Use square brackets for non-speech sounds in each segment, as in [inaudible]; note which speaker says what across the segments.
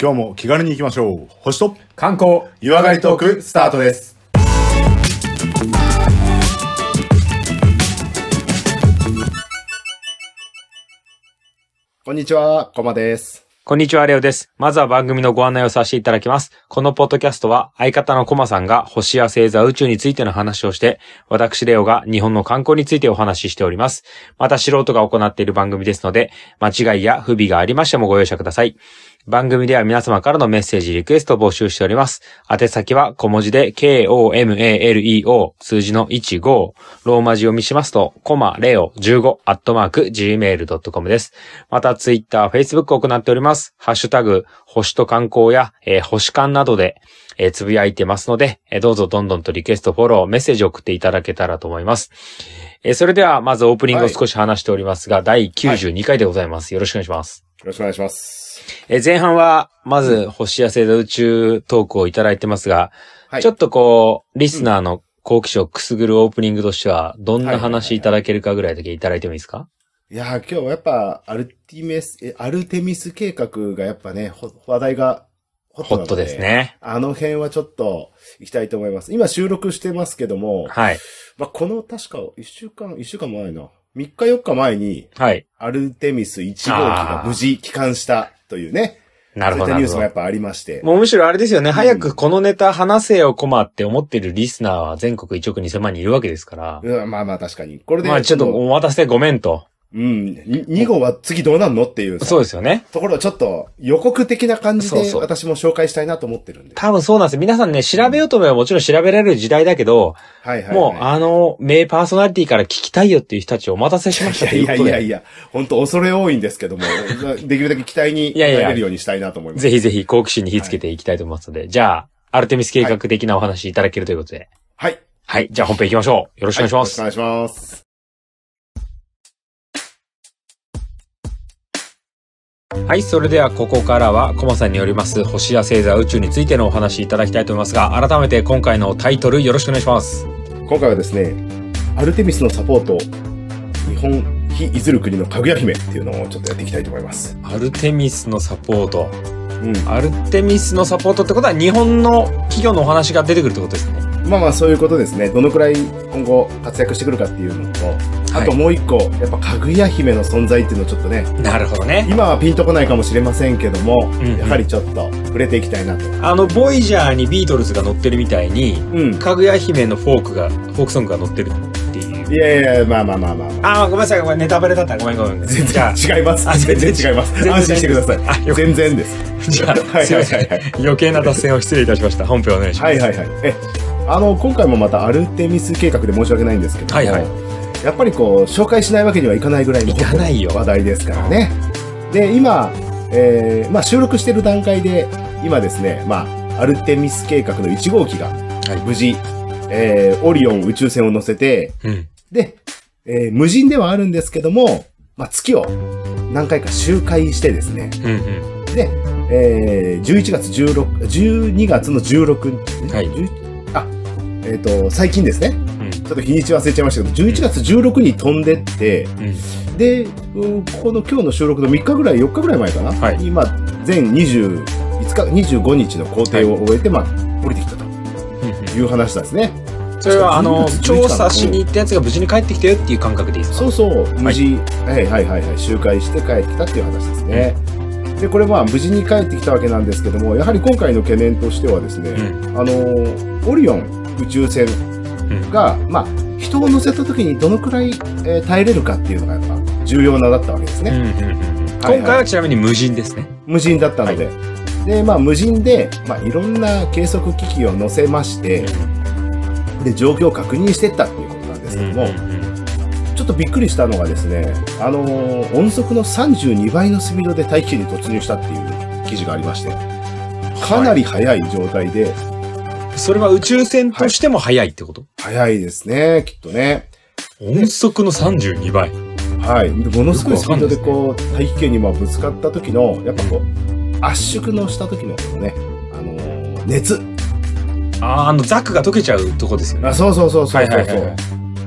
Speaker 1: 今日も気軽に行きましょう。星と
Speaker 2: 観光
Speaker 1: 湯上がりトークスタートです。こんにちは、コマです。
Speaker 2: こんにちは、レオです。まずは番組のご案内をさせていただきます。このポッドキャストは、相方のコマさんが星や星座宇宙についての話をして、私レオが日本の観光についてお話ししております。また素人が行っている番組ですので、間違いや不備がありましてもご容赦ください。番組では皆様からのメッセージ、リクエストを募集しております。宛先は小文字で、k-o-m-a-l-e-o 数字の15、ローマ字を見しますと、コマレオ15、アットマーク、gmail.com です。また、ツイッター、フェイスブックを行っております。ハッシュタグ、星と観光や、えー星間などで、えーつぶやいてますので、えーどうぞどんどんとリクエスト、フォロー、メッセージを送っていただけたらと思います。えーそれでは、まずオープニングを少し話しておりますが、第92回でございます。よろしくお願いします。
Speaker 1: よろしくお願いします。
Speaker 2: えー前半は、まず、星や星座宇宙トークをいただいてますが、
Speaker 1: はい
Speaker 2: ちょっとこう、リスナーの好奇心をくすぐるオープニングとしては、どんな話いただけるかぐらいだけいただいてもいいですか
Speaker 1: いやー、今日はやっぱ、アルティメス、えアルテミス計画がやっぱね、ほ話題がホッ
Speaker 2: ホ
Speaker 1: トな
Speaker 2: ッ
Speaker 1: の
Speaker 2: トです。ね。
Speaker 1: あの辺はちょっと、行きたいと思います。今収録してますけども、
Speaker 2: はい。
Speaker 1: まあ、この確か、一週間、一週間もないな。3日4日前に、
Speaker 2: はい。
Speaker 1: アルテミス1号機が無事帰還したというね。
Speaker 2: なるほど。
Speaker 1: そう
Speaker 2: な
Speaker 1: った
Speaker 2: い
Speaker 1: ニュー
Speaker 2: るほ
Speaker 1: ス
Speaker 2: ど
Speaker 1: もやっぱありまして。
Speaker 2: もうむしろあれですよね、早くこのネタ話せよコマって思ってるリスナーは全国1億2000万人いるわけですから。
Speaker 1: うんまあまあ確かに。これで、
Speaker 2: まあちょっと
Speaker 1: その
Speaker 2: お待たせごめんと。
Speaker 1: うん、2号は次どうなんのっていう
Speaker 2: そうですよね。
Speaker 1: ところをちょっと予告的な感じ
Speaker 2: そう
Speaker 1: で
Speaker 2: そう
Speaker 1: 私も紹介したいなと思ってるんで。
Speaker 2: 多分そうなんです。皆さんね、調べようと思えばもちろん調べられる時代だけど、
Speaker 1: はいはい、はい。
Speaker 2: もうあの、名パーソナリティから聞きたいよっていう人たちをお待たせしましたとい
Speaker 1: いう
Speaker 2: こ
Speaker 1: やい
Speaker 2: と
Speaker 1: や
Speaker 2: で。
Speaker 1: いや、本当恐れ多いんですけ
Speaker 2: [laughs]
Speaker 1: ども、できるだけ期待に
Speaker 2: いやいや
Speaker 1: 耐えれるようにしたいなと思います。
Speaker 2: ぜひぜひ好奇心に火つけていきたいと思いますので、じゃあ、アルテミス計画的なお話いただけるということで。
Speaker 1: はい。よ
Speaker 2: はい、じゃあ本編行きましょう。よろ
Speaker 1: ろ
Speaker 2: しくお願いします。
Speaker 1: お願いします。
Speaker 2: はい、それではここからは、コマさんによります、星や星座宇宙についてのお話いただきたいと思いますが、改めて今回のタイトルよろしくお願いします。
Speaker 1: 今回はですね、アルテミスのサポート、日本、非いずる国のかぐや姫っていうのをちょっとやっていきたいと思います。
Speaker 2: アルテミスのサポート。
Speaker 1: うん。
Speaker 2: アルテミスのサポートってことは、日本の企業のお話が出てくるってことですね。
Speaker 1: まあまあそういうことですね。どのくらい今後活躍してくるかっていうのと、あともう一個、やっぱかぐや姫の存在っていうのをちょっとね、
Speaker 2: なるほどね。
Speaker 1: 今はピンとこないかもしれませんけども、
Speaker 2: んうん
Speaker 1: やはりちょっと触れていきたいなと。
Speaker 2: あの、ボイジャーにビートルズが乗ってるみたいに、
Speaker 1: うん。
Speaker 2: かぐや姫のフォークが、フォークソングが乗ってるっていう。
Speaker 1: いやいや、まあまあまあまあ、まあ。
Speaker 2: あー、ごめんなさい、ごめん、ネタバレだったらごめんごめんごめん。
Speaker 1: 全
Speaker 2: じゃ
Speaker 1: 然違いま
Speaker 2: あ
Speaker 1: す。全然違います。
Speaker 2: 全然
Speaker 1: 安心してください。
Speaker 2: あ、あ、よく、
Speaker 1: 全然です。
Speaker 2: じゃあ、
Speaker 1: はい
Speaker 2: すい
Speaker 1: は
Speaker 2: ま
Speaker 1: い
Speaker 2: せ
Speaker 1: は
Speaker 2: ん
Speaker 1: い。はい。
Speaker 2: 余計な脱線を失礼いたしました。本編お願いしま
Speaker 1: は
Speaker 2: す。
Speaker 1: いはいはい。え、あの、今回もまたアルテミス計画で申し訳ないんですけども、
Speaker 2: はいはい
Speaker 1: やっぱりこう、紹介しないわけにはいかないぐらいの
Speaker 2: いかないよ
Speaker 1: 話題ですからね。で、今、えーまあ収録してる段階で、今ですね、まあ、アルテミス計画の1号機が
Speaker 2: い、
Speaker 1: 無事、えーオリオン宇宙船を乗せて、
Speaker 2: うん。
Speaker 1: で、えー無人ではあるんですけども、まあ、月を何回か周回してですね、
Speaker 2: うんうん。
Speaker 1: で、えー、11月16、12月の16、
Speaker 2: はい
Speaker 1: 10あ、えっ、と、最近ですね。
Speaker 2: うん
Speaker 1: ちょっと日にち忘れちゃいましたけど、11月16に飛んでって、
Speaker 2: うん。
Speaker 1: で、うんここの今日の収録の3日ぐらい、4日ぐらい前かな、
Speaker 2: はい
Speaker 1: 今、全20、5日、25日の工程を終えて、まあ、降りてきたという話なんですね。
Speaker 2: それはあの
Speaker 1: 11
Speaker 2: 調査しに行ったやつが無事に帰ってきたよっていう感覚でいいですか
Speaker 1: そうそう、無事、はい、はいはいはい、周回して帰ってきたっていう話ですね。で、これまあ無事に帰ってきたわけなんですけども、やはり今回の懸念としてはですね、
Speaker 2: ん
Speaker 1: あのー、オリオン宇宙船が、まあ、人を乗せた時にどのくらい、えー耐えれるかっていうのがやっぱ重要なだったわけですね。
Speaker 2: うんうんうん今
Speaker 1: はい
Speaker 2: 回はちなみに無人ですね。
Speaker 1: 無人だったので。で、まあ無人で、まあいろんな計測機器を乗せまして、で、状況を確認してったっていうことなんですけども、ちょっとびっくりしたのがですね、あのー音速の32倍のスピードで大気圏に突入したっていう記事がありまして、かなり速い状態で、
Speaker 2: それは宇宙船としても早いってこと、
Speaker 1: 速いですね、きっとね。
Speaker 2: 音速の32倍。
Speaker 1: はい。でものすごいスピードで
Speaker 2: よく
Speaker 1: こう、大気圏にまあぶつかった時の、やっぱこう、圧縮のした時のこのね、あのー熱。
Speaker 2: あーあのザクが溶けちゃうとこですよね
Speaker 1: あ、。そうそうそうそうそうそう、
Speaker 2: は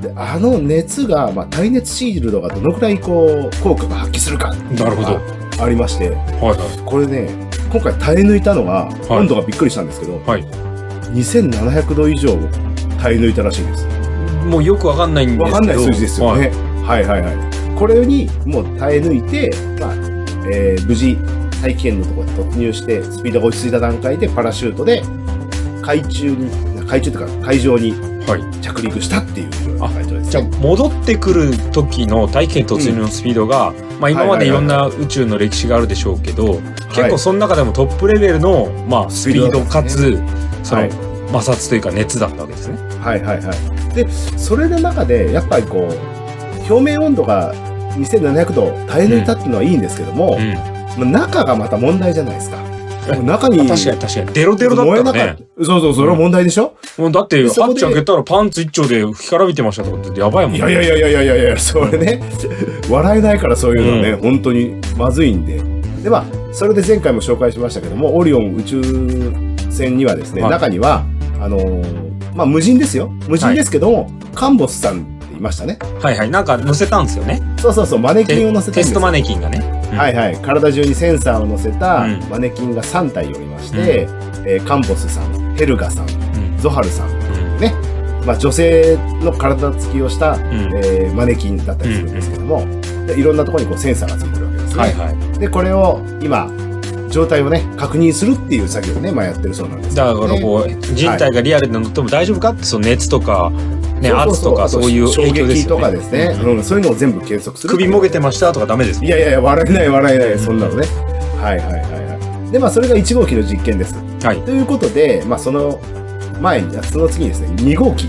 Speaker 2: い
Speaker 1: で、あの熱が、まあ、耐熱シールドがどのくらいこう、効果が発揮するか。
Speaker 2: なるほど。は
Speaker 1: ありまして、
Speaker 2: いはい。
Speaker 1: これね、今回耐え抜いたのが、
Speaker 2: い
Speaker 1: 温度がびっくりしたんですけど、
Speaker 2: はい
Speaker 1: 2700度以上を耐え抜いたらしいです。
Speaker 2: もうよくわかんないんですけど。
Speaker 1: わかんない数字ですよ
Speaker 2: はい
Speaker 1: ね。はい、はい、はいこれにもう耐え抜いて、まあ、えー無事、大気圏のところに突入して、スピードが落ち着いた段階でパラシュートで、海中に、海中というか海上に
Speaker 2: はい。
Speaker 1: 着陸したっていうような回答です、ね。
Speaker 2: じゃあ戻ってくる時の大気圏突入のスピードが、まあ、今までいろんな宇宙の歴史があるでしょうけど、結構その中でもトップレベルの、まあ、ス
Speaker 1: ス
Speaker 2: ピ
Speaker 1: ピ
Speaker 2: ー
Speaker 1: ー
Speaker 2: ド
Speaker 1: ド
Speaker 2: かつ、その
Speaker 1: はい
Speaker 2: 摩擦というか熱だったわけですね。
Speaker 1: はいはいはい。で、それの中で、やっぱりこう、表面温度が2700度耐え抜いたっていうのはいいんですけども、
Speaker 2: うん
Speaker 1: まあ中がまた問題じゃないですか。中に
Speaker 2: あ確かに確かに。デロデロ
Speaker 1: 燃え
Speaker 2: だ
Speaker 1: な
Speaker 2: った
Speaker 1: か
Speaker 2: よ
Speaker 1: っ
Speaker 2: ね。
Speaker 1: た。そうそう、それは問題でしょ、
Speaker 2: もうだって、あっち
Speaker 1: そこで
Speaker 2: 開けたらパンツ一丁で干からびてましたとかってやばいもんね。
Speaker 1: いやいやいやいやいやいや、それね、笑えないからそういうのね、
Speaker 2: う
Speaker 1: 本当にまずいんで。で、まあ、それで前回も紹介しましたけども、オリオン宇宙船にはですね、
Speaker 2: はい
Speaker 1: 中には、あのーまあ無人ですよ。無人ですけども、カンボスさんっていましたね。
Speaker 2: はいはい。なんか乗せたんですよね。
Speaker 1: そうそうそう、マネキンを乗せて
Speaker 2: テ
Speaker 1: るん
Speaker 2: ス
Speaker 1: ですよ
Speaker 2: トマネキンがね。うん
Speaker 1: はいはい、体中にセンサーを乗せた
Speaker 2: うん
Speaker 1: マネキンが3体おりまして、えーカンボスさん、ヘルガさん、
Speaker 2: うん
Speaker 1: ゾハルさん、まあ、女性の体つきをした、
Speaker 2: うんうん
Speaker 1: えーマネキンだったりするんですけども、でいろんなところにこうセンサーがついてるわけですね。
Speaker 2: はいはい。
Speaker 1: で、これを今、状態をね、確認するっていう作業をね、まあ、やってるそうなんですけ
Speaker 2: だ
Speaker 1: ど
Speaker 2: からこう、人体がリアルで乗っても大丈夫かって、その熱とか、ね、
Speaker 1: そう
Speaker 2: 圧とかそういう
Speaker 1: 衝
Speaker 2: 影響です
Speaker 1: 撃と
Speaker 2: よ
Speaker 1: か
Speaker 2: ね。
Speaker 1: ですね、
Speaker 2: うん
Speaker 1: うんそういうのを全部計測する。
Speaker 2: 首もげてましたとかダメですもん
Speaker 1: いやいやいや、笑えない笑えない、そんなのね。はいはいはいはい。で、まあ、それが1号機の実験です。
Speaker 2: はい
Speaker 1: ということで、まあ、その前に、あその次にですね、2号機。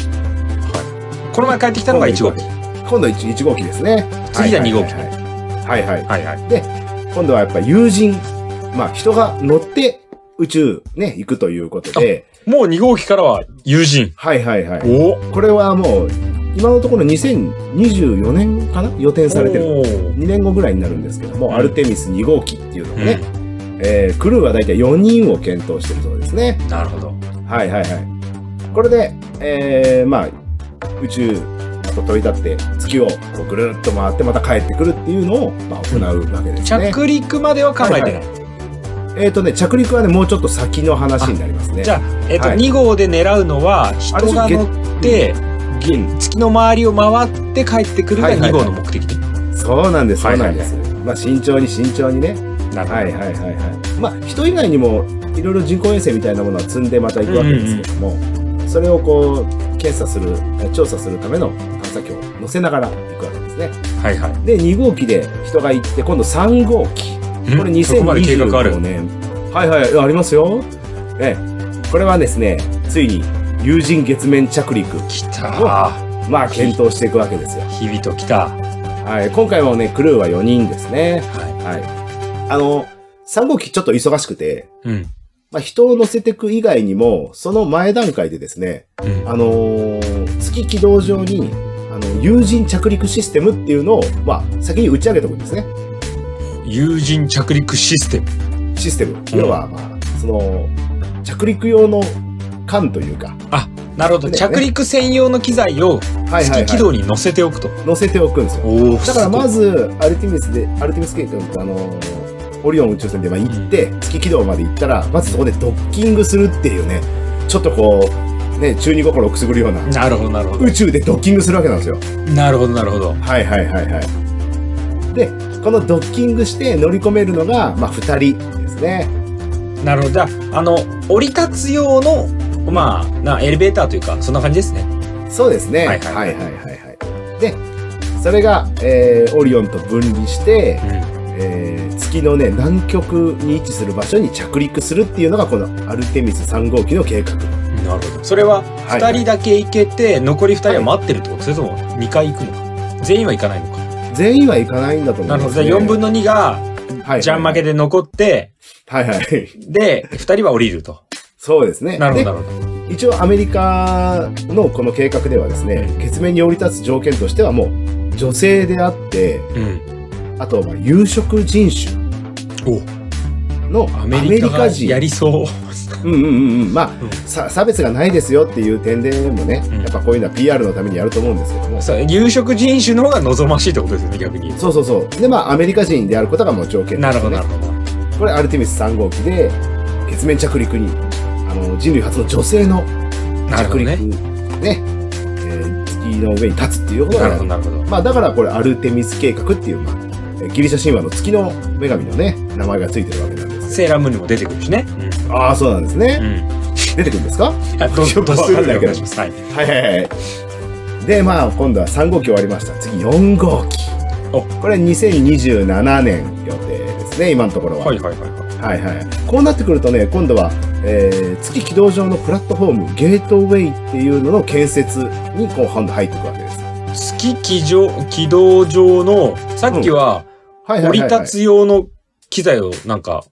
Speaker 2: この前帰ってきたのが1号機。
Speaker 1: 今度 1, 1号機ですね。
Speaker 2: 次が
Speaker 1: い
Speaker 2: 2号機
Speaker 1: はいはいはい。はいは
Speaker 2: はいはい。
Speaker 1: い。今度はやっぱ友人、まあ、人が乗って宇宙ね、行くということで、
Speaker 2: もう2号機からは友人。
Speaker 1: はいはいはい。
Speaker 2: おお
Speaker 1: これはもう、今のところ2024年かな予定されてる。
Speaker 2: る。
Speaker 1: 2年後ぐらいになるんですけども、
Speaker 2: うん
Speaker 1: アルテミス2号機っていうのをね、
Speaker 2: う
Speaker 1: えークルーは大体4人を検討してるそうですね。
Speaker 2: んなるほど。
Speaker 1: はいはいはい。これで、えーまあ、宇宙と飛び立って、月をこうぐるっと回ってまた帰ってくるっていうのを、まあ、行うわけですね。
Speaker 2: 着陸までは考えてない。
Speaker 1: えっ、とね、着陸はね、もうちょっと先の話になりますね。
Speaker 2: じゃあ、えっと、
Speaker 1: はい
Speaker 2: 2号で狙うのは、人が乗って、
Speaker 1: 銀。
Speaker 2: 月の周りを回って帰ってくるの
Speaker 1: は
Speaker 2: が
Speaker 1: いは
Speaker 2: 2
Speaker 1: い
Speaker 2: 号の目的で。
Speaker 1: そうなんです、
Speaker 2: は
Speaker 1: そ
Speaker 2: いうは
Speaker 1: ないんです。まあ、慎重に慎重にね。
Speaker 2: なるほど
Speaker 1: はいはいはいはい。まあ、人以外にも、いろいろ人工衛星みたいなものは積んでまた行くわけですけども、それをこう、検査する、調査するための探査機を乗せながら行くわけですね。
Speaker 2: はいはい。
Speaker 1: で、2号機で人が行って、今度3号機。これ
Speaker 2: うんそこまで計画ある
Speaker 1: 2025。年。はいはい、ありますよ。ええ。これはですね、ついに有人月面着陸、
Speaker 2: 来た
Speaker 1: まあ検討していくわけですよ。
Speaker 2: 日々と来た。は
Speaker 1: はい。今回もね、クルーは4人ですね。はい。あの、3号機ちょっと忙しくて、
Speaker 2: い。うん。
Speaker 1: まあ人を乗せていく以外にも、その前段階でですね、
Speaker 2: うん
Speaker 1: あのー月軌道上に、あの、有人着陸システムっていうのを、まあ、先に打ち上げておくんですね。
Speaker 2: 有人着陸システム。
Speaker 1: システム。要は、まあ、その、着陸用の艦というか、
Speaker 2: なるほど。
Speaker 1: ね
Speaker 2: 着陸専用の機材を
Speaker 1: はいはい、
Speaker 2: 月軌
Speaker 1: は
Speaker 2: 道に乗せておくと。
Speaker 1: い。乗せておくんですよ。
Speaker 2: おお
Speaker 1: だからまず、アルティミスで、アルティミス計画ってあのーオリオン宇宙船でまあ行って、月軌道まで行ったら、まずそこでドッキングするっていうね、ちょっとこう、ね、中二心をくすぐるような、
Speaker 2: なるほど、なるほど。
Speaker 1: 宇宙でドッキングするわけなんですよ。
Speaker 2: なるほど、なるほど。
Speaker 1: はいはいはいはい。で、このドッキングして乗り込めるのが、まあ、二人ですね。
Speaker 2: なるほど。じゃあ、あの、降り立つ用の、まあ、なエレベーターというか、そんな感じですね。
Speaker 1: そうですね。
Speaker 2: は
Speaker 1: はいい
Speaker 2: は
Speaker 1: はいいはいはいはい。で、それが、えーオリオンと分離して、えー月のね、南極に位置する場所に着陸するっていうのが、このアルテミス3号機の計画。
Speaker 2: なるほど。それは、
Speaker 1: はい
Speaker 2: 2人だけ行けて、残り2人は待ってるってことそれとも2回行くのか全員は行かないのか。
Speaker 1: 全員は行かないんだと思
Speaker 2: な
Speaker 1: う
Speaker 2: る
Speaker 1: ん
Speaker 2: ほ
Speaker 1: です、
Speaker 2: ど。
Speaker 1: ね。
Speaker 2: じゃあ4分の2が、
Speaker 1: はい
Speaker 2: ジャン負けで残って、
Speaker 1: はいはい。 [laughs]
Speaker 2: で、2人は降りると。
Speaker 1: そうですね。
Speaker 2: なるほど、
Speaker 1: で
Speaker 2: なるほど。
Speaker 1: 一応アメリカのこの計画ではですね、月面に降り立つ条件としてはもう女性であって、
Speaker 2: うん。
Speaker 1: あとは有色人種
Speaker 2: お
Speaker 1: の
Speaker 2: ア
Speaker 1: ア
Speaker 2: メ
Speaker 1: メ
Speaker 2: リ
Speaker 1: リ
Speaker 2: カが
Speaker 1: カ人。
Speaker 2: やりそう。
Speaker 1: うんうんうんうん。まあ、
Speaker 2: うん
Speaker 1: さ差別がないですよっていう点でもね、
Speaker 2: うん
Speaker 1: やっぱこういうのは PR のためにやると思うんですけども。
Speaker 2: そう、有色人種の方が望ましいってことですよね、逆に。
Speaker 1: そうそうそう。で、まあ、アメリカ人であることがもう条件です、ね。
Speaker 2: なるほど、なるほど。
Speaker 1: これアルテミス3号機で、月面着陸に、あの、人類初の女性の
Speaker 2: なるほ
Speaker 1: 着
Speaker 2: どね
Speaker 1: 陸、ね、えー月の上に立つっていうこと
Speaker 2: な
Speaker 1: が
Speaker 2: るほど、なるほど。
Speaker 1: まあだからこれアルテミス計画っていう、まあ、えーギリシャ神話の月の女神のね、名前がついてるわけなんですけ
Speaker 2: セーラームーンにも出てくるしね。
Speaker 1: ど。ああ、そうなんです
Speaker 2: う
Speaker 1: ね。
Speaker 2: ん。
Speaker 1: 出てくるんですか
Speaker 2: あど
Speaker 1: よくわかんないけど
Speaker 2: お願いします。はい。
Speaker 1: はいはいはい。で、まあ今度は3号機終わりました。次4号機。
Speaker 2: お
Speaker 1: これ2027年予定ですね、今のところは。
Speaker 2: はいはいはいはい。
Speaker 1: はいはい、こうなってくるとね今度は、えー月軌道上のプラットフォームゲートウェイっていうのの建設にこう今度入っていくわけです。は
Speaker 2: 月軌上、軌道上の、さっきは、
Speaker 1: いはいはいはい
Speaker 2: 降り立つ用の機材をなんか、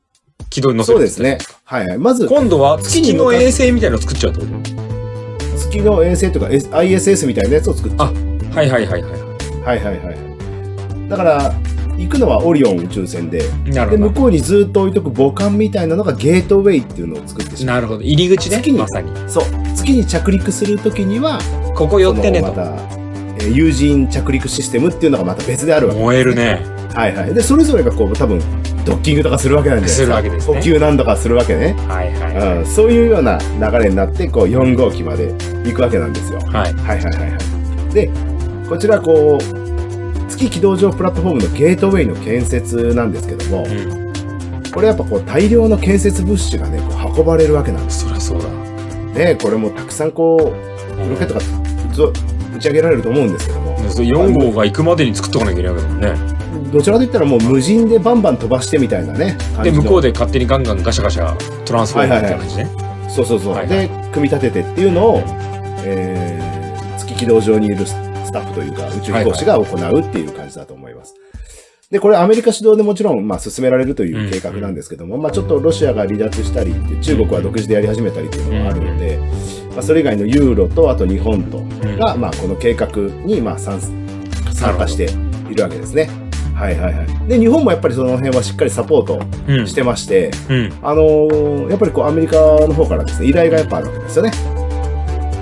Speaker 2: 軌道に乗せ
Speaker 1: そ
Speaker 2: る
Speaker 1: うんですね。。はいはい、まず
Speaker 2: 今度は月
Speaker 1: 月に向
Speaker 2: の
Speaker 1: かって
Speaker 2: 衛星みたいなのを作っちゃうってこと
Speaker 1: 月の衛星とか S- ISS みたいなやつを作って
Speaker 2: あはいはいはいはい。
Speaker 1: はいはいはいだから行くのはオリオン宇宙船で
Speaker 2: な
Speaker 1: で
Speaker 2: るほ
Speaker 1: 向こうにずっと置いとく母艦みたいなのがゲートウェイっていうのを作って
Speaker 2: ど。
Speaker 1: しま
Speaker 2: なるほど。入り口ね
Speaker 1: 月。に
Speaker 2: まさに。
Speaker 1: うそう月に着陸するときには
Speaker 2: ここ寄ってね
Speaker 1: その
Speaker 2: と。
Speaker 1: またえー有人着陸システムっていうのがまた別であるわけ
Speaker 2: 燃えるね。
Speaker 1: はいはい。で、それぞれがこう、多分、ドッキングとかするわけなんじゃないですす
Speaker 2: る
Speaker 1: か。
Speaker 2: わけですね
Speaker 1: 補給なんとかするわけね。
Speaker 2: はいはいは
Speaker 1: うん。そういうような流れになって、こう、4号機まで行くわけなんですよ。
Speaker 2: い。は
Speaker 1: はいは
Speaker 2: い。
Speaker 1: いはいはい。で、こちら、こう、月軌道上プラットフォームのゲートウェイの建設なんですけども、
Speaker 2: うん。
Speaker 1: これやっぱこう、大量の建設物資がね、こう運ばれるわけなんで
Speaker 2: そりゃそうだ。
Speaker 1: すね。これもたくさんこう、ロケットがず打ち上げられると思うんですけども、
Speaker 2: 4号が行くまでに作っとかなきゃいけないわけだもんね。
Speaker 1: どちらかといったらもう無人でバンバン飛ばしてみたいなね。
Speaker 2: で、向こう
Speaker 1: で。
Speaker 2: で勝手にガンガンガシャガシャトランスフォーマーみたいな感じね。
Speaker 1: そうそうそう。
Speaker 2: はいは
Speaker 1: で、組み立ててっていうのを、
Speaker 2: う
Speaker 1: えー月軌道上にいるスタッフというか、宇宙飛行士が行うっていう感じだと思います。で、これアメリカ主導でもちろん、まあ、進められるという計画なんですけども、まあ、ちょっとロシアが離脱したり、中国は独自でやり始めたりっていうのがあるので、まあ、それ以外のユーロと、あと日本と
Speaker 2: ん
Speaker 1: が、まあ、この計画に、まあ、参参加しているわけですね。はいはいはい。で、日本もやっぱりその辺はしっかりサポート
Speaker 2: うん
Speaker 1: してまして、
Speaker 2: うん。
Speaker 1: あのーやっぱりこうアメリカの方からですね、依頼がやっぱあるわけですよね。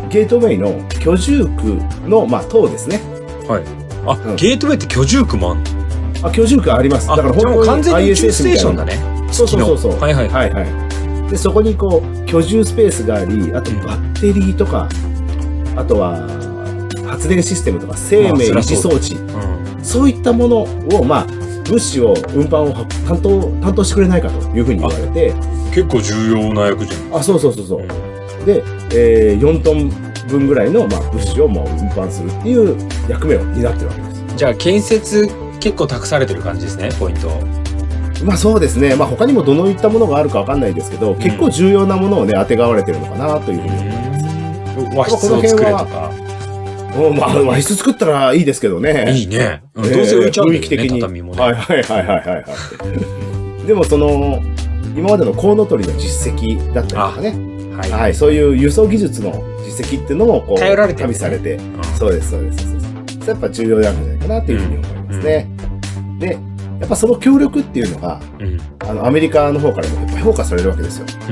Speaker 1: ゲートウェイの居住区の、まあ、塔ですね。
Speaker 2: あ、
Speaker 1: うん
Speaker 2: ゲートウェイって居住区もあんの
Speaker 1: あ、居住区あります。だ
Speaker 2: あ、
Speaker 1: から
Speaker 2: じゃあもう完全に宇宙
Speaker 1: ISS
Speaker 2: ステーションだ
Speaker 1: み
Speaker 2: ね。
Speaker 1: たいなそうそうそうそう。
Speaker 2: 機能はいはい。
Speaker 1: はいはい。で、そこにこう、居住スペースがあり、あと
Speaker 2: うん
Speaker 1: バッテリーとか、あとは、発電システムとか、生命維持装置、
Speaker 2: うん
Speaker 1: そういったものを、まあ、物資を、運搬をは担当、担当してくれないかというふうに言われて、
Speaker 2: 結構重要な役じゃん。
Speaker 1: あ、そうそうそうそう。
Speaker 2: うん
Speaker 1: で、えー4トン分ぐらいの、まあ、物資をもう運搬するっていう役目を担ってるわけです。
Speaker 2: じゃあ建設結構託されてる感じですね、ポイント。
Speaker 1: まあそうですね。まあ他にもどのいったものがあるかわかんないですけど、結構重要なものをね、当てがわれてるのかなというふうに。
Speaker 2: 和室を作れとか。
Speaker 1: うん、まあ、和室作ったらいいですけどね。
Speaker 2: いいね。うん
Speaker 1: えー
Speaker 2: どうせ浮いちゃうん
Speaker 1: 雰
Speaker 2: だ
Speaker 1: 囲気
Speaker 2: よ
Speaker 1: 的
Speaker 2: ね、
Speaker 1: に
Speaker 2: 畳もね。
Speaker 1: はいはいはいはいはいはい。 [laughs] でもその、今までのコウノトリの実績だったりとかね、
Speaker 2: はい
Speaker 1: はい、そういう輸送技術の実績っていうのも、こう、
Speaker 2: 頼られてる
Speaker 1: 加
Speaker 2: ん
Speaker 1: 味さ
Speaker 2: ですね
Speaker 1: れて、
Speaker 2: うん
Speaker 1: そうです、そうです。そうですそれやっぱ重要なんじゃないかなというふうに思いますね。で、やっぱその協力っていうのが、
Speaker 2: うん。
Speaker 1: あの、アメリカの方からもやっぱ評価されるわけですよ。
Speaker 2: う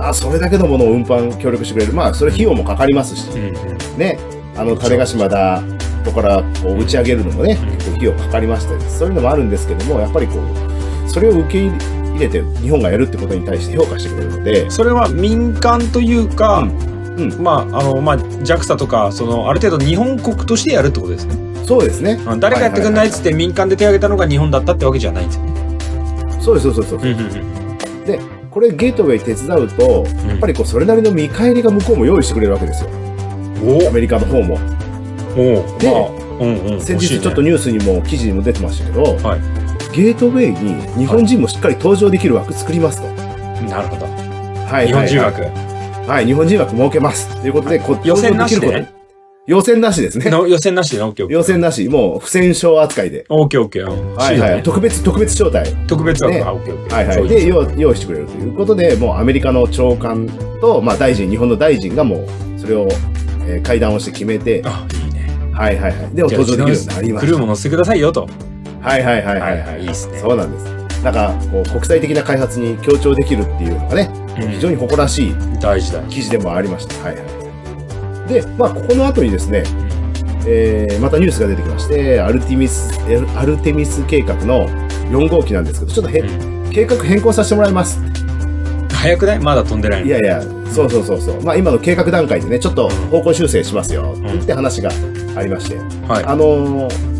Speaker 2: ん。
Speaker 1: あ、それだけのものを運搬協力してくれる。まあ、それ費用もかかりますし
Speaker 2: う、ん。うん
Speaker 1: ね。あの、種ヶ島だとこからこう打ち上げるのもね、
Speaker 2: ん
Speaker 1: 結構費用かかりましたり、そういうのもあるんですけども、やっぱりこう、それを受け入れて日本がやるってことに対して評価してくれるので、
Speaker 2: それは民間というか、
Speaker 1: うんうん
Speaker 2: まあ、あの、まあ、JAXA とか、その、ある程度日本国としてやるってことですね。
Speaker 1: そうですね。
Speaker 2: うん誰がやってくんないっつって民間で手挙げたのが日本だったってわけじゃないんですよね。
Speaker 1: そうです、そうです、そうです。これゲートウェイ手伝うと、やっぱりこう、それなりの見返りが向こうも用意してくれるわけですよ。アメリカの方も。
Speaker 2: おお
Speaker 1: で
Speaker 2: まあ、うんうん。
Speaker 1: 先
Speaker 2: 欲し
Speaker 1: 日
Speaker 2: いね
Speaker 1: ちょっと、ニュースにも記事にも出てましたけど、
Speaker 2: はい
Speaker 1: ゲートウェイに日本人もしっかり登場できる枠作りますと。
Speaker 2: なるほど。
Speaker 1: は
Speaker 2: 日本人
Speaker 1: はい
Speaker 2: 枠。
Speaker 1: はい、はい、日本人枠設けます。ということで、こ
Speaker 2: 予選なしで
Speaker 1: 登場きること予選なしです
Speaker 2: [laughs]
Speaker 1: ね。
Speaker 2: の予 [laughs] 選なしでね、オッケーオッケー。
Speaker 1: 予選なし、もう不戦勝扱いで。
Speaker 2: オッケーオッケー。うん
Speaker 1: はい
Speaker 2: シー
Speaker 1: は
Speaker 2: ド
Speaker 1: い。
Speaker 2: ね
Speaker 1: 特別、特別招待。
Speaker 2: 特別枠
Speaker 1: ね
Speaker 2: が、オッケーオッケー。
Speaker 1: はいは
Speaker 2: そう
Speaker 1: い。で、用用意してくれるということで、もうアメリカの長官と、まあ大臣、日本の大臣がもう、それを、えー会談をして決めて、
Speaker 2: あ、いいね。
Speaker 1: はいはいはい。でも
Speaker 2: じゃあ
Speaker 1: 登場できるようになりま
Speaker 2: ク
Speaker 1: し
Speaker 2: ル
Speaker 1: た
Speaker 2: ー。も乗せてくださいよと。
Speaker 1: はいはいはいはい、
Speaker 2: はいはいいいっすね
Speaker 1: そうなんです。なんか、こう、国際的な開発に協調できるっていうのがね、非常に誇らしい
Speaker 2: 大事だ。
Speaker 1: 記事でもありました。はいはい。で、まあ、ここの後にですね、えー、またニュースが出てきまして、アルテミス、えアルテミス計画の4号機なんですけど、ちょっとへ、
Speaker 2: うん
Speaker 1: 計画変更させてもらいます。
Speaker 2: 早くないまだ飛んでないの
Speaker 1: いやいや、そうそうそうそう。まあ今の計画段階でね、ちょっと方向修正しますよ
Speaker 2: ん
Speaker 1: って話がありまして。
Speaker 2: はい。
Speaker 1: あのー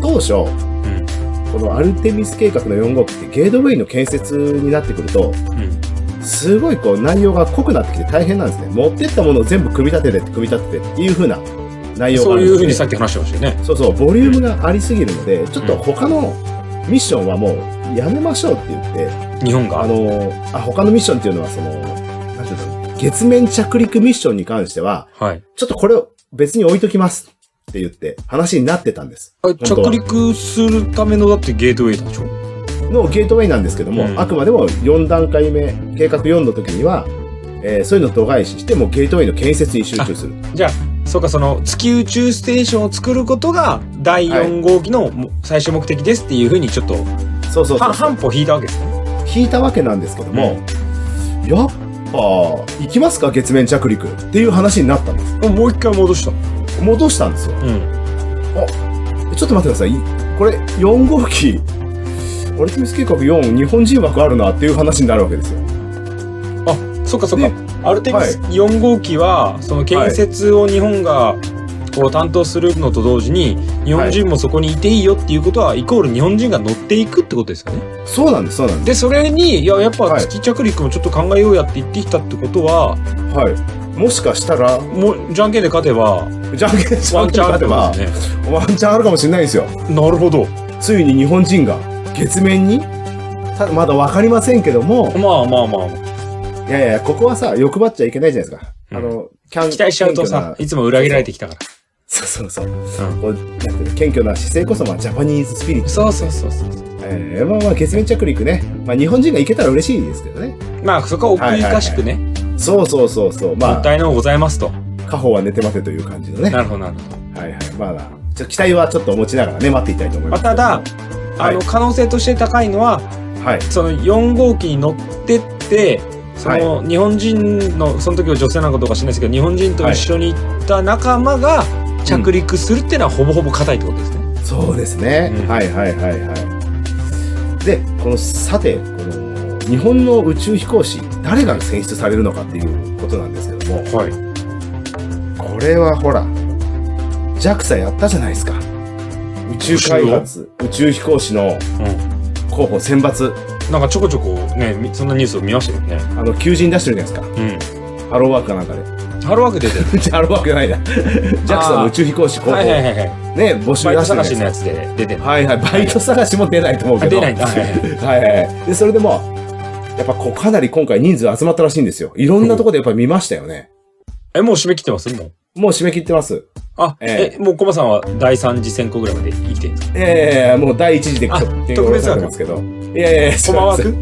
Speaker 1: 当初、
Speaker 2: うん。
Speaker 1: このアルテミス計画の4号機ってゲートウェイの建設になってくると、
Speaker 2: うん。
Speaker 1: すごいこう内容が濃くなってきて大変なんですね。持ってったものを全部組み立ててって組み立ててっていう風な内容が
Speaker 2: そ
Speaker 1: あ
Speaker 2: う
Speaker 1: るんですね
Speaker 2: いうふうにさっき話してましたよね。
Speaker 1: そうそう、ボリュームがありすぎるので、ちょっと他のミッションはもうやめましょうって言って、
Speaker 2: 日本
Speaker 1: あ
Speaker 2: が。
Speaker 1: のーあ、他のミッションっていうのはその、なんていうの、月面着陸ミッションに関しては、
Speaker 2: はい。
Speaker 1: ちょっとこれを別に置いときますって言って話になってたんです。
Speaker 2: あ
Speaker 1: 当は
Speaker 2: 着陸するためのだってゲートウェイなんでしょ
Speaker 1: のゲートウェイなんですけども、
Speaker 2: うん
Speaker 1: あくまでも4段階目、計画4の時には、えーそういうのを度外視して、もうゲートウェイの建設に集中する。
Speaker 2: じゃあ、そうか、その月宇宙ステーションを作ることが第4号機のも最終目的ですっていうふうにちょっと
Speaker 1: そうそうそ
Speaker 2: は
Speaker 1: うそう
Speaker 2: 半歩引いたわけですね。
Speaker 1: 引いたわけなんですけども、やっぱ、行きますか月面着陸っていう話になったんです。
Speaker 2: もう一回戻した。
Speaker 1: 戻したんですよ。
Speaker 2: うん。
Speaker 1: ちょっと待ってください。これ、4号機、オルティミス計画4、日本人枠あるなっていう話になるわけですよ。
Speaker 2: あ、そうかそうか
Speaker 1: で。
Speaker 2: アルテミス4号機は、その建設を日本がこう担当するのと同時に、日本人もそこにいていいよっていうことは、イコール日本人が乗っていくってことですよね。
Speaker 1: そうなんです、そうなんで
Speaker 2: で、それに、いや、やっぱ
Speaker 1: はい
Speaker 2: 月着陸もちょっと考えようやって言ってきたってことは、
Speaker 1: す。はい。もしかしたら、
Speaker 2: もう、じゃんけんで勝てば、
Speaker 1: じゃんけんし
Speaker 2: ワンチャンあるってこ
Speaker 1: ば
Speaker 2: と、ですね。
Speaker 1: ワンチャンあるかもしれないんですよ。
Speaker 2: なるほど。
Speaker 1: ついに日本人が月面にただまだ分かりませんけども、
Speaker 2: まあまあまあ。
Speaker 1: いやいや、ここはさ、欲張っちゃいけないじゃないですか。
Speaker 2: うん
Speaker 1: あの、キャン
Speaker 2: 期待しちゃうとさ、
Speaker 1: 謙虚ない
Speaker 2: つも裏切られてきたから。
Speaker 1: そうそうそう。
Speaker 2: うん
Speaker 1: こうなんていうの謙虚な姿勢こそ、まあ、ジャパニーズスピリット。
Speaker 2: そうそうそうそう。
Speaker 1: えー、まあまあ、月面着陸ね。まあ、日本人が行けたら嬉しいですけどね。
Speaker 2: まあ、そこは奥ゆかしくね、も
Speaker 1: そうそうそうそう。ま
Speaker 2: っ
Speaker 1: あ、
Speaker 2: たいのうございますと。
Speaker 1: 家宝は寝て待てという感じのね。
Speaker 2: な
Speaker 1: は
Speaker 2: るほど、なる [laughs] ほど。
Speaker 1: いはい。まあまあ、ちょっと期待はちょっと持ちながらね、待っていきたいと思い
Speaker 2: ま
Speaker 1: ま
Speaker 2: あ
Speaker 1: す。
Speaker 2: ただ、あ
Speaker 1: はい
Speaker 2: の、可能性として高いのは、
Speaker 1: はい。
Speaker 2: その4号機に乗ってって、その日本人の、その時は女性なのかどうか知らないですけど、日本人と一緒に行った仲間が着陸するっていうのはほぼほぼ硬いってことですね。
Speaker 1: そうですね、
Speaker 2: うん
Speaker 1: はいはいはいはい。で、このさて、この日本の宇宙飛行士、誰が選出されるのかっていうことなんですけども、
Speaker 2: はい。
Speaker 1: これはほら、JAXA やったじゃないですか。宇宙開発、宇宙飛行士の
Speaker 2: う
Speaker 1: 候補選抜、
Speaker 2: ん。なんかちょこちょこね、みそんなニュースを見ましたよね。
Speaker 1: あの、求人出してるじゃないです
Speaker 2: う
Speaker 1: か。ハローワークかなんかで。 [laughs]
Speaker 2: ん。ハローワーク出てる。
Speaker 1: ハローワークじゃ
Speaker 2: [laughs]
Speaker 1: ないな。JAXA の宇宙飛行士候補、
Speaker 2: はいはい
Speaker 1: ね、
Speaker 2: はいはい。
Speaker 1: 募集
Speaker 2: バイ
Speaker 1: 出
Speaker 2: ト
Speaker 1: してる
Speaker 2: 探
Speaker 1: じゃな
Speaker 2: しの
Speaker 1: い
Speaker 2: や
Speaker 1: ですか。
Speaker 2: つで出てる。
Speaker 1: はいはい、バイト探しも出ないと思うけ
Speaker 2: あ
Speaker 1: ど。
Speaker 2: 出ないんだ。はいはいはい
Speaker 1: [laughs] はいはい。で、それでも、やっぱこうかなり今回人数集まったらしいんですよ。いろんなとこでやっぱ見ましたよね。
Speaker 2: え、もう締め切ってますもう。
Speaker 1: もう締め切ってます。
Speaker 2: あ、
Speaker 1: え
Speaker 2: え、もうコマさんは第三次選考ぐらいまで生きてるんですか
Speaker 1: ええもう第一次で
Speaker 2: あ
Speaker 1: 決定
Speaker 2: 特別
Speaker 1: され
Speaker 2: 枠
Speaker 1: てますけど。いやいやいや、
Speaker 2: コマ枠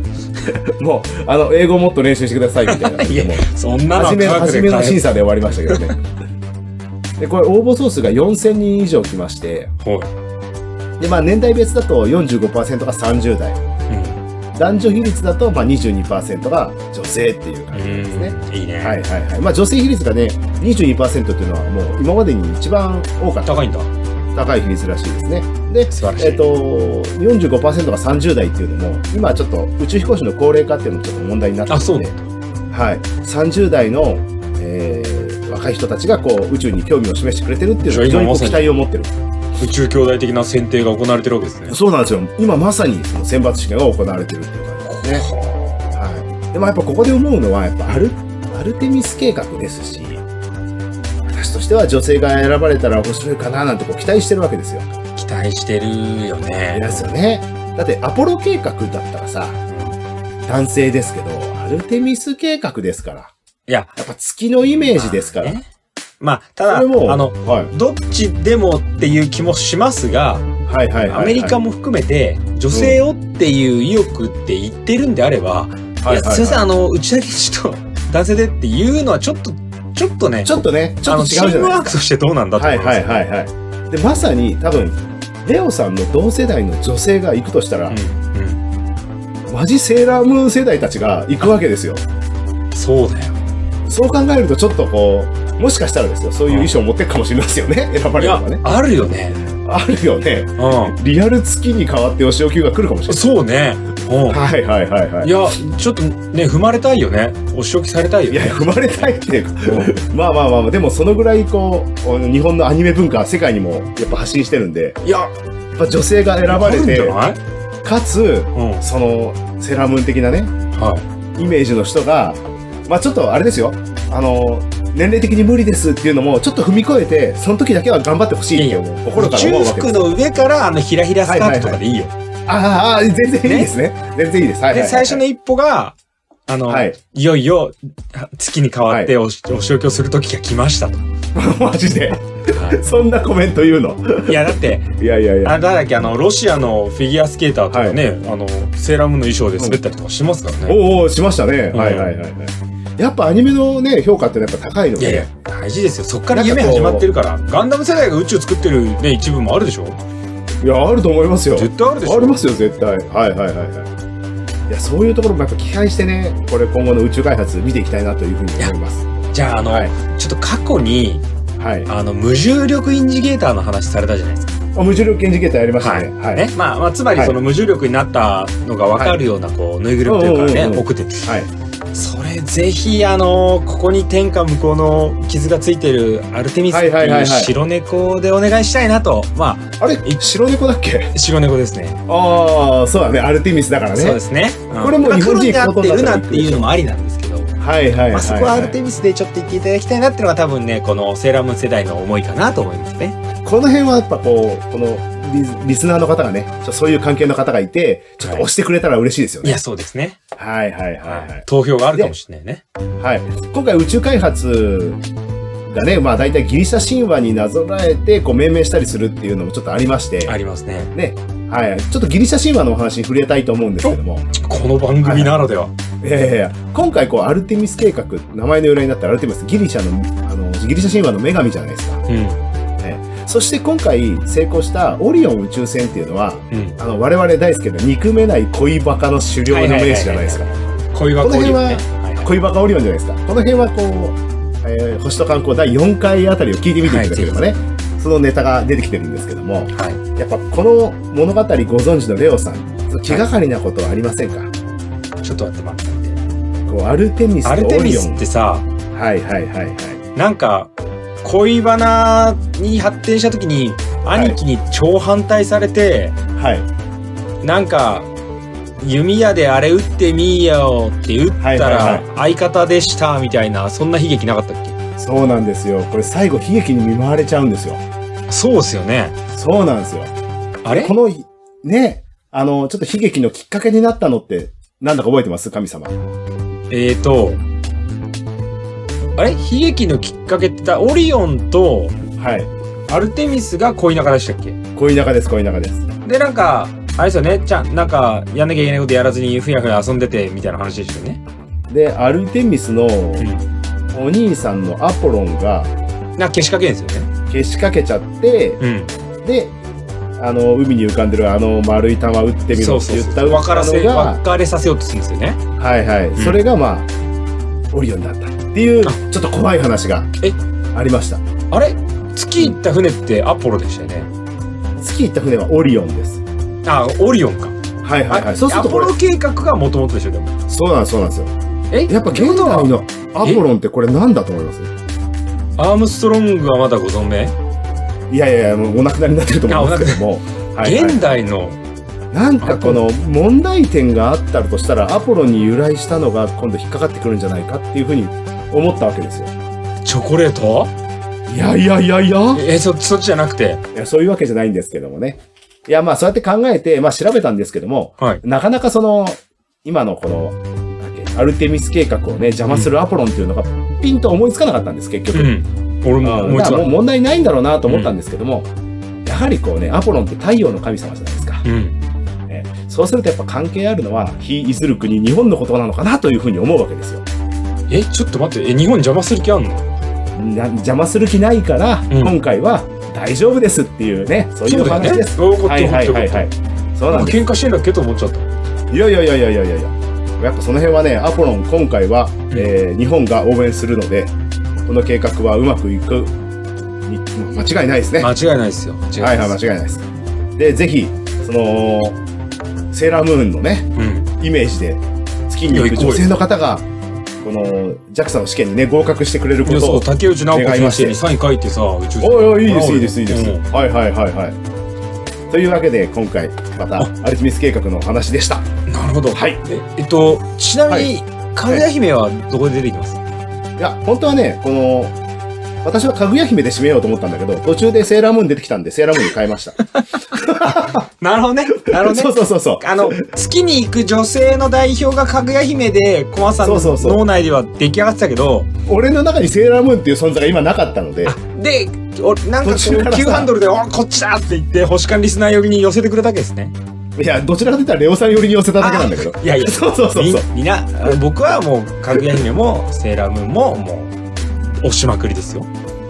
Speaker 1: もう、あの、英語もっと練習してくださいみたいな。
Speaker 2: [laughs] いや
Speaker 1: もう
Speaker 2: そんなの
Speaker 1: 初め、
Speaker 2: 科学
Speaker 1: 初
Speaker 2: で
Speaker 1: めの
Speaker 2: 大変
Speaker 1: 審査で終わりましたけどね。で、これ応募総数が4000人以上来まして、
Speaker 2: は
Speaker 1: で、まあ年代別だと45%が30代、
Speaker 2: い。
Speaker 1: 男女比率だとまあ22%が女性っていう感
Speaker 2: う
Speaker 1: じなんですね。
Speaker 2: ん。うん。いいね。
Speaker 1: はいはいはい。まあ女性比率がね、22%っていうのはもう今までに一番多かった
Speaker 2: 高いんだ。
Speaker 1: 高い比率らしいですね。で、
Speaker 2: 素晴らしい。
Speaker 1: えっ、と、45%が30代っていうのも、今ちょっと宇宙飛行士の高齢化っていうのもちょっと問題になって
Speaker 2: あ、そう
Speaker 1: て
Speaker 2: ね。
Speaker 1: はい。30代の、えー若い人たちがこう宇宙に興味を示してくれてるっていうのは非常にこう
Speaker 2: じ
Speaker 1: 期
Speaker 2: ゃあ今ま
Speaker 1: 待
Speaker 2: さに
Speaker 1: を持ってる。
Speaker 2: 宇宙兄弟的な選定が行われてるわけですね。
Speaker 1: そうなんですよ。今まさにその選抜試験が行われてるっていう感じですね。はい。でもやっぱここで思うのは、やっぱアルアルテミス計画ですし、私としては女性が選ばれたら面白いかななんてこう期待してるわけですよ。
Speaker 2: 期待してるよね。
Speaker 1: ですよね。だってアポロ計画だったらさ、男性ですけど、アルテミス計画ですから。
Speaker 2: いや、
Speaker 1: やっぱ月のイメージですから。
Speaker 2: ねまあ、ただ、
Speaker 1: それも、
Speaker 2: あの、
Speaker 1: はい、
Speaker 2: どっちでもっていう気もしますが、
Speaker 1: はいはいはいはい。
Speaker 2: アメリカも含めて、女性をっていう意欲って言ってるんであれば、い
Speaker 1: はいはい
Speaker 2: や、
Speaker 1: はい
Speaker 2: すいません、あの、うちだけちょっと [laughs] 男性でっていうのはちょっと、ちょっとね、
Speaker 1: ちょっとね、ちょっと違うじゃ
Speaker 2: あ
Speaker 1: な
Speaker 2: の
Speaker 1: いで
Speaker 2: チームワ
Speaker 1: す
Speaker 2: ークとしてどうなんだ
Speaker 1: か。
Speaker 2: と思
Speaker 1: はいい
Speaker 2: ます
Speaker 1: は
Speaker 2: よ
Speaker 1: い
Speaker 2: ね。
Speaker 1: はいはい。で、まさに多分、レオさんの同世代の女性が行くとしたら、
Speaker 2: うん、
Speaker 1: マジセーラームーン世代たちが行くわけですよ。
Speaker 2: うん。そうだよ。
Speaker 1: そう考えるとちょっとこう、もしかしたらですよ、そういう衣装を持ってくかもしれないですよね。選ばれ
Speaker 2: い
Speaker 1: る
Speaker 2: や
Speaker 1: のがね。、
Speaker 2: あるよね。
Speaker 1: あるよね。
Speaker 2: う
Speaker 1: リアル月に変わって吉尾級が来るかもしれ
Speaker 2: ん。そうね。
Speaker 1: ない。
Speaker 2: うん
Speaker 1: はいはいはいはい
Speaker 2: い。や、ちょっとね、踏まれたいよね。お仕置きされたいよ
Speaker 1: いや、
Speaker 2: ね。
Speaker 1: 踏まれたいっていうか、
Speaker 2: う
Speaker 1: まあまあまあまあ、でもそのぐらいこう、あの日本のアニメ文化、世界にもやっぱ発信してるんで、
Speaker 2: んいや、
Speaker 1: やっぱ女性が選ばれて、
Speaker 2: あるんじゃない
Speaker 1: かつ、
Speaker 2: うん。
Speaker 1: その、セーラームーン的なね、
Speaker 2: は
Speaker 1: イメージの人が、まあちょっとあれですよ、あの、年齢的に無理ですっていうのも、ちょっと踏み越えて、その時だけは頑張ってほしいって思う。心
Speaker 2: い。
Speaker 1: から
Speaker 2: 中
Speaker 1: 思うわけで
Speaker 2: 服
Speaker 1: す。
Speaker 2: の上から、あの、ひらひらスカートとかでいいよ。
Speaker 1: ああ、全然いいですね。全然いいです。はいはい、
Speaker 2: で、最初の一歩が、あの、、
Speaker 1: はい [laughs] い。
Speaker 2: よいよ、月に変わってお,、お仕置きをする時が来ましたと。
Speaker 1: マジで。そんなコメント言うの。
Speaker 2: いや、だって、
Speaker 1: いやいやい
Speaker 2: あ
Speaker 1: や。
Speaker 2: れだらけ、あの、ロシアのフィギュアスケーターとかね、あの、セーラームーンの衣装で滑ったりとかしてますからね。
Speaker 1: おうおう、しましたね。
Speaker 2: うん
Speaker 1: はいはいはいはい。やっぱアニメのね、評価ってやっぱ高いの
Speaker 2: いやい
Speaker 1: で
Speaker 2: や。、大事ですよ。そっから
Speaker 1: なんか
Speaker 2: 夢
Speaker 1: こう
Speaker 2: 始まってるから。ガンダム世代が宇宙作ってるね、一部もあるでしょ
Speaker 1: いや、あると思いますよ。
Speaker 2: 絶対あるでしょ
Speaker 1: ありますよ、絶対。はいはいはいはい。いや、そういうところもやっぱ期待してね、これ今後の宇宙開発見ていきたいなというふうに思います。
Speaker 2: じゃあ、あの、
Speaker 1: はい
Speaker 2: ちょっと過去に、
Speaker 1: はい。
Speaker 2: あの、無重力インジゲーターの話されたじゃないですか。
Speaker 1: あ無重力検事ゲーターやりましたね。
Speaker 2: は。
Speaker 1: はいい。
Speaker 2: ね。まあ、まあ、つまり
Speaker 1: はい
Speaker 2: その無重力になったのがわかるような、こう、ぬいぐるみというかね、
Speaker 1: うんうんうんうん
Speaker 2: 送って。
Speaker 1: はい。
Speaker 2: それ、ぜひ、あの、ここに天下向こうの傷がついてるアルテミスって
Speaker 1: はいはい
Speaker 2: い
Speaker 1: はい
Speaker 2: う
Speaker 1: はい
Speaker 2: 白猫でお願いしたいなと。ま
Speaker 1: あれ白猫だっけ
Speaker 2: あ、白猫ですね。
Speaker 1: ああ、そうだね。アルテミスだから
Speaker 2: そうで
Speaker 1: ね。
Speaker 2: すね。うん
Speaker 1: これも
Speaker 2: まあ
Speaker 1: 日本人
Speaker 2: 黒にな
Speaker 1: 行
Speaker 2: ってル
Speaker 1: くことにな
Speaker 2: ナ
Speaker 1: っ
Speaker 2: った
Speaker 1: ら
Speaker 2: ていうのもありなんですけど。
Speaker 1: はいはいはい。
Speaker 2: まあ、そこはアルテ
Speaker 1: ミ
Speaker 2: ミスでちょっと言っていただきたいなっていうのが多分ね、このセーラームーン世代の思いかなと思いますね。
Speaker 1: この辺はやっぱこう、このリスリスナーの方がね、ちょっとそういう関係の方がいて、ちょっと押してくれたら嬉しいですよ
Speaker 2: い
Speaker 1: ね。
Speaker 2: や、そうですね。
Speaker 1: はいはいはいはい。
Speaker 2: 投票があるかもしれないね。
Speaker 1: はい、今回宇宙開発がね、まあ、大体ギリシャ神話になぞらえてこう命名したりするっていうのもちょっとありまして、
Speaker 2: ありますね。
Speaker 1: ねはい、ちょっとギリシャ神話のお話に触れたいと思うんですけども、
Speaker 2: この番組ならでは。
Speaker 1: いやいやいや今回こうアルテミス計画名前の由来になったアルテミスギリシャのあのギリシャ神話の女神じゃないですか
Speaker 2: うん。
Speaker 1: そして今回成功したオリオン宇宙船っていうのは
Speaker 2: うん。
Speaker 1: あの我々大好きな憎めない恋バカの狩猟の名手じゃないですか。
Speaker 2: 恋は恋よね。はい
Speaker 1: 恋バカオリオンじゃないですか。この辺はこう、えー星と観光第4回あたりを聞いてみていただければね、そのネタが出てきてるんですけども、
Speaker 2: はい。
Speaker 1: やっぱこの物語ご存知のレオさん、気がかりなことはありませんか、
Speaker 2: はいちょっと待って待って待っ
Speaker 1: こうアルテミ
Speaker 2: て。
Speaker 1: ス
Speaker 2: アル
Speaker 1: とオ
Speaker 2: テミ
Speaker 1: リオ
Speaker 2: ス
Speaker 1: ン
Speaker 2: っ。てさ、
Speaker 1: はいはいはいはい。
Speaker 2: なんか、恋バナに発展した時に、
Speaker 1: い
Speaker 2: 兄貴に超反対されて、
Speaker 1: はい
Speaker 2: なんか、弓矢であれ撃ってみーやよって撃った
Speaker 1: はいは
Speaker 2: ら
Speaker 1: い
Speaker 2: 相方でしたみたいな、そんな悲劇なかったっけ
Speaker 1: そうなんですよ。これ最後悲劇に見舞われちゃうんですよ。
Speaker 2: そうですよね。
Speaker 1: そうなんですよ。
Speaker 2: あれ
Speaker 1: この、ね、あの、ちょっと悲劇のきっかけになったのって、なんだか覚えてます神様。
Speaker 2: えーと、あれ悲劇のきっかけって言ったらオリオンと
Speaker 1: はい。
Speaker 2: アルテミスが恋仲でしたっけ
Speaker 1: 恋仲です、恋仲です。
Speaker 2: で、なんか、あれですよね。ちゃん、なんか、やんなきゃいけないことやらずに、ふやふや遊んでて、みたいな話でしたよね。
Speaker 1: で、アルテミスの
Speaker 2: うん。
Speaker 1: お兄さんのアポロンが
Speaker 2: なんか、けしかけですよね。
Speaker 1: 消しかけちゃって、
Speaker 2: うん。
Speaker 1: で、あの、海に浮かんでるあの丸い玉打ってみろって言った打っ
Speaker 2: 分
Speaker 1: た
Speaker 2: からせ、
Speaker 1: のが、
Speaker 2: 別れさせようとするんですよね。
Speaker 1: はいはい、
Speaker 2: ん
Speaker 1: それがまあ、オリオンだったっていう、
Speaker 2: あ
Speaker 1: ちょっと怖い話が
Speaker 2: え
Speaker 1: ありました。
Speaker 2: あれ月行った船ってアポロでしたよね。
Speaker 1: 月行った船はオリオンです。
Speaker 2: あ、オリオンか。
Speaker 1: はいはいはい。そうすると
Speaker 2: アポ
Speaker 1: これ
Speaker 2: ロ、計画がもともとでしょ、でも。
Speaker 1: そうなんですそうなんですよ。
Speaker 2: え
Speaker 1: やっぱ現代
Speaker 2: ってこ
Speaker 1: のアポロンってこれなんだと思います
Speaker 2: とはアームストロングはまだご存命、
Speaker 1: いやいやいや、もうお亡くなりになってると思うんですけども。はいはい
Speaker 2: 現代の、
Speaker 1: なんかこの問題点があったとしたらアポロに由来したのが今度引っかかってくるんじゃないかっていうふうに思ったわけですよ。
Speaker 2: チョコレート
Speaker 1: いやいやいやいや
Speaker 2: え、そ、そっちじゃなくて。
Speaker 1: いやそういうわけじゃないんですけどもね。いやまあそうやって考えて、まあ調べたんですけども、
Speaker 2: はい
Speaker 1: なかなかその今のこのなんだっけアルテミス計画をね邪魔するアポロンっていうのがピンと思いつかなかったんです結局。
Speaker 2: うん。
Speaker 1: う
Speaker 2: 俺も
Speaker 1: ん
Speaker 2: 思い
Speaker 1: だか
Speaker 2: つからな
Speaker 1: もう
Speaker 2: い。
Speaker 1: 問題ないんだろうなと思ったんですけども、やはりこうねアポロンって太陽の神様じゃないですか。
Speaker 2: うん。
Speaker 1: そうするとやっぱ関係あるのは、非いずる国、日本のことなのかなというふうに思うわけですよ。
Speaker 2: え、ちょっと待って、え、日本邪魔する気あんの
Speaker 1: な邪魔する気ないから、
Speaker 2: ん
Speaker 1: 今回は大丈夫ですっていうね、そういうお話です。
Speaker 2: そうだよね。
Speaker 1: はいはいはい
Speaker 2: は
Speaker 1: はいい。。そう
Speaker 2: な
Speaker 1: なんん
Speaker 2: か
Speaker 1: です。
Speaker 2: 喧嘩してんだっけと思っちゃった。
Speaker 1: いやいやいやいやいやいやいや。やっぱその辺はね、アポロン今回は、えー日本が応援するので、この計画はうまくいくに間違いないですね。
Speaker 2: 間違いないですよ。間違い
Speaker 1: は
Speaker 2: な
Speaker 1: は
Speaker 2: いいです。
Speaker 1: い、間違いないです。で、ぜひ、その、セーラームーンのね、
Speaker 2: うん。
Speaker 1: イメージで、月に行
Speaker 2: いや
Speaker 1: く
Speaker 2: 行こうよ
Speaker 1: 女性の方が、この JAXA の試験にね、合格してくれるこ
Speaker 2: いや
Speaker 1: と
Speaker 2: そ
Speaker 1: を
Speaker 2: う、。竹内直子
Speaker 1: 願いま
Speaker 2: 先
Speaker 1: して
Speaker 2: 生にサイン書いてさ、宇宙
Speaker 1: おいおい、いいです、いいです、いいです。
Speaker 2: うん
Speaker 1: はいはいはいはい。というわけで、今回、また、アルティミス計画のお話でした。
Speaker 2: なるほど。
Speaker 1: はい。い
Speaker 2: ええっと、ちなみに、かぐや姫はどこで出てきます
Speaker 1: や、本当はね、この、私はかぐや姫で締めようと思ったんだけど、途中でセーラームーン出てきたんで、セーラームーンに変えました。
Speaker 2: なるほどね。 [laughs] なるほどね
Speaker 1: そ。うそうそうそう。
Speaker 2: あの、月に行く女性の代表がかぐや姫で、コマさんの
Speaker 1: そうそうそう
Speaker 2: 脳内では出来上がってたけど、
Speaker 1: 俺の中にセーラームーンっていう存在が今なかったので、
Speaker 2: で、おなんかこう、
Speaker 1: 途中からさ
Speaker 2: 急ハンドルで、おこっちだって言って、星間リスナー寄りに寄せてくれたわけですね。
Speaker 1: いや、どちらかといったらレオさん寄りに寄せただけなんだけど。
Speaker 2: あいやいや、
Speaker 1: そうそうそう
Speaker 2: み
Speaker 1: そう。
Speaker 2: みんな、あ僕はもう、かぐや姫も、セーラームーンも、もう、押しまくりですよ。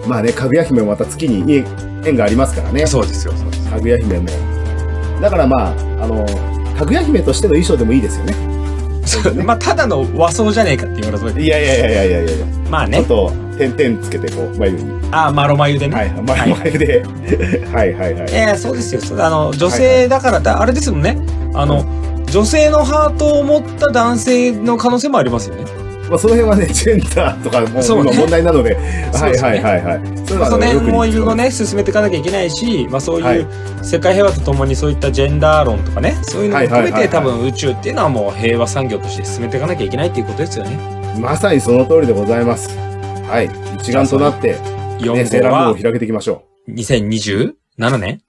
Speaker 1: まあね、かぐや姫もまた月にいい縁がありますからね。
Speaker 2: そうですよ、そうです。
Speaker 1: かぐや姫も。だからまあ、あの、かぐや姫としての衣装でもいいですよね。
Speaker 2: そう [laughs] まあ、ただの和装じゃねえかって言われそうだけ
Speaker 1: いやいやいやいやいやいや
Speaker 2: どまあ
Speaker 1: ちょっ
Speaker 2: ね、
Speaker 1: と、点々つけて、こう、眉に。
Speaker 2: ああ、マロマユでね。
Speaker 1: はい、
Speaker 2: はい
Speaker 1: 眉眉で。はいはいはい。
Speaker 2: ええそうですよ。そうあの、女性だからだ、あれですもんね。あの、女性のハートを持った男性の可能性もありますよね。
Speaker 1: まあ、その辺はね、ジェンダーとかも
Speaker 2: そうね
Speaker 1: 今問題なので、
Speaker 2: そう
Speaker 1: は
Speaker 2: で
Speaker 1: い
Speaker 2: すね
Speaker 1: はいはいはい。そ
Speaker 2: まあ、その辺もいろいろ
Speaker 1: ね。
Speaker 2: ね、進めていかなきゃいけないし、まあそう
Speaker 1: はいいう
Speaker 2: 世界平和とともにそういったジェンダー論とかね、そういうのも含め
Speaker 1: はい
Speaker 2: て
Speaker 1: はいはい
Speaker 2: 多
Speaker 1: はい
Speaker 2: 分宇宙っていうのはもう平和産業として進めていかなきゃいけないっていうことですよね。
Speaker 1: まさにその通りでございます。はい。一丸となって、ね、セ
Speaker 2: 4
Speaker 1: ー
Speaker 2: 号
Speaker 1: ラームーンを
Speaker 2: は
Speaker 1: 広げていきましょ
Speaker 2: 2027年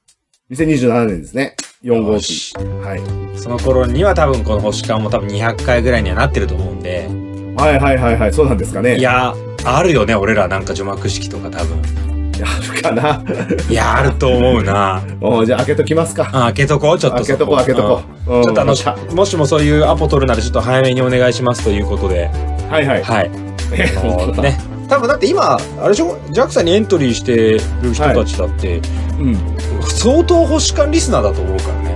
Speaker 1: う。2027年ですね。4号
Speaker 2: よ
Speaker 1: 機。
Speaker 2: し
Speaker 1: はい。
Speaker 2: その頃には多分この星間も多分200回ぐらいにはなってると思うんで、
Speaker 1: はいはいはいはい。そうなんですかね。
Speaker 2: いや、あるよね、俺らなんか除幕式とか多分。
Speaker 1: やるかな。 [laughs]
Speaker 2: いや、あると思うな。
Speaker 1: おじゃあ開けときますか。
Speaker 2: あ開けとこう、ちょっと
Speaker 1: 開
Speaker 2: そ。
Speaker 1: けとこう開けとこう。うん
Speaker 2: うんちょっとあの
Speaker 1: は、
Speaker 2: もしもそういうアポ取るならちょっと早めにお願いしますということで。
Speaker 1: いはい。
Speaker 2: はい。あの
Speaker 1: 本当だ
Speaker 2: ね。多分だって今、あれでしょ ?JAXA にエントリーしてる人たちだって、
Speaker 1: [laughs] うん。
Speaker 2: 相当保守官リスナーだと思うからね。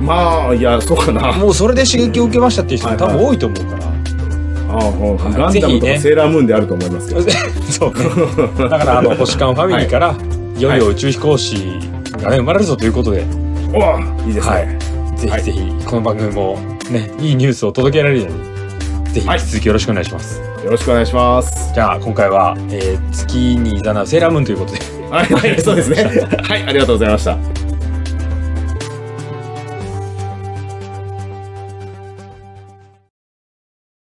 Speaker 1: まあ、いや、そうかな。
Speaker 2: もうそれで刺激を受けましたっていう人も多分多いと思うから。
Speaker 1: あうん
Speaker 2: はい
Speaker 1: ガンダムと
Speaker 2: ぜひね
Speaker 1: かセーラームーンであると思いますけ
Speaker 2: [laughs]
Speaker 1: ど。
Speaker 2: そうね。だからあの、保守官ファミリーから、いよいよ宇宙飛行士がね、生まれるぞということで、
Speaker 1: おいいですね。
Speaker 2: はぜ
Speaker 1: は
Speaker 2: ひ
Speaker 1: い
Speaker 2: ぜひ、この番組もね、いいニュースを届けられるように、ぜひ
Speaker 1: は
Speaker 2: 引
Speaker 1: い
Speaker 2: き続きよろしくお願いします。
Speaker 1: よろしくお願いします。
Speaker 2: じゃあ今回は、えー月にいざなうセーラームーンということで。
Speaker 1: [laughs]
Speaker 2: [laughs]
Speaker 1: はい、はい、そうですね。はい、ありがとうございました。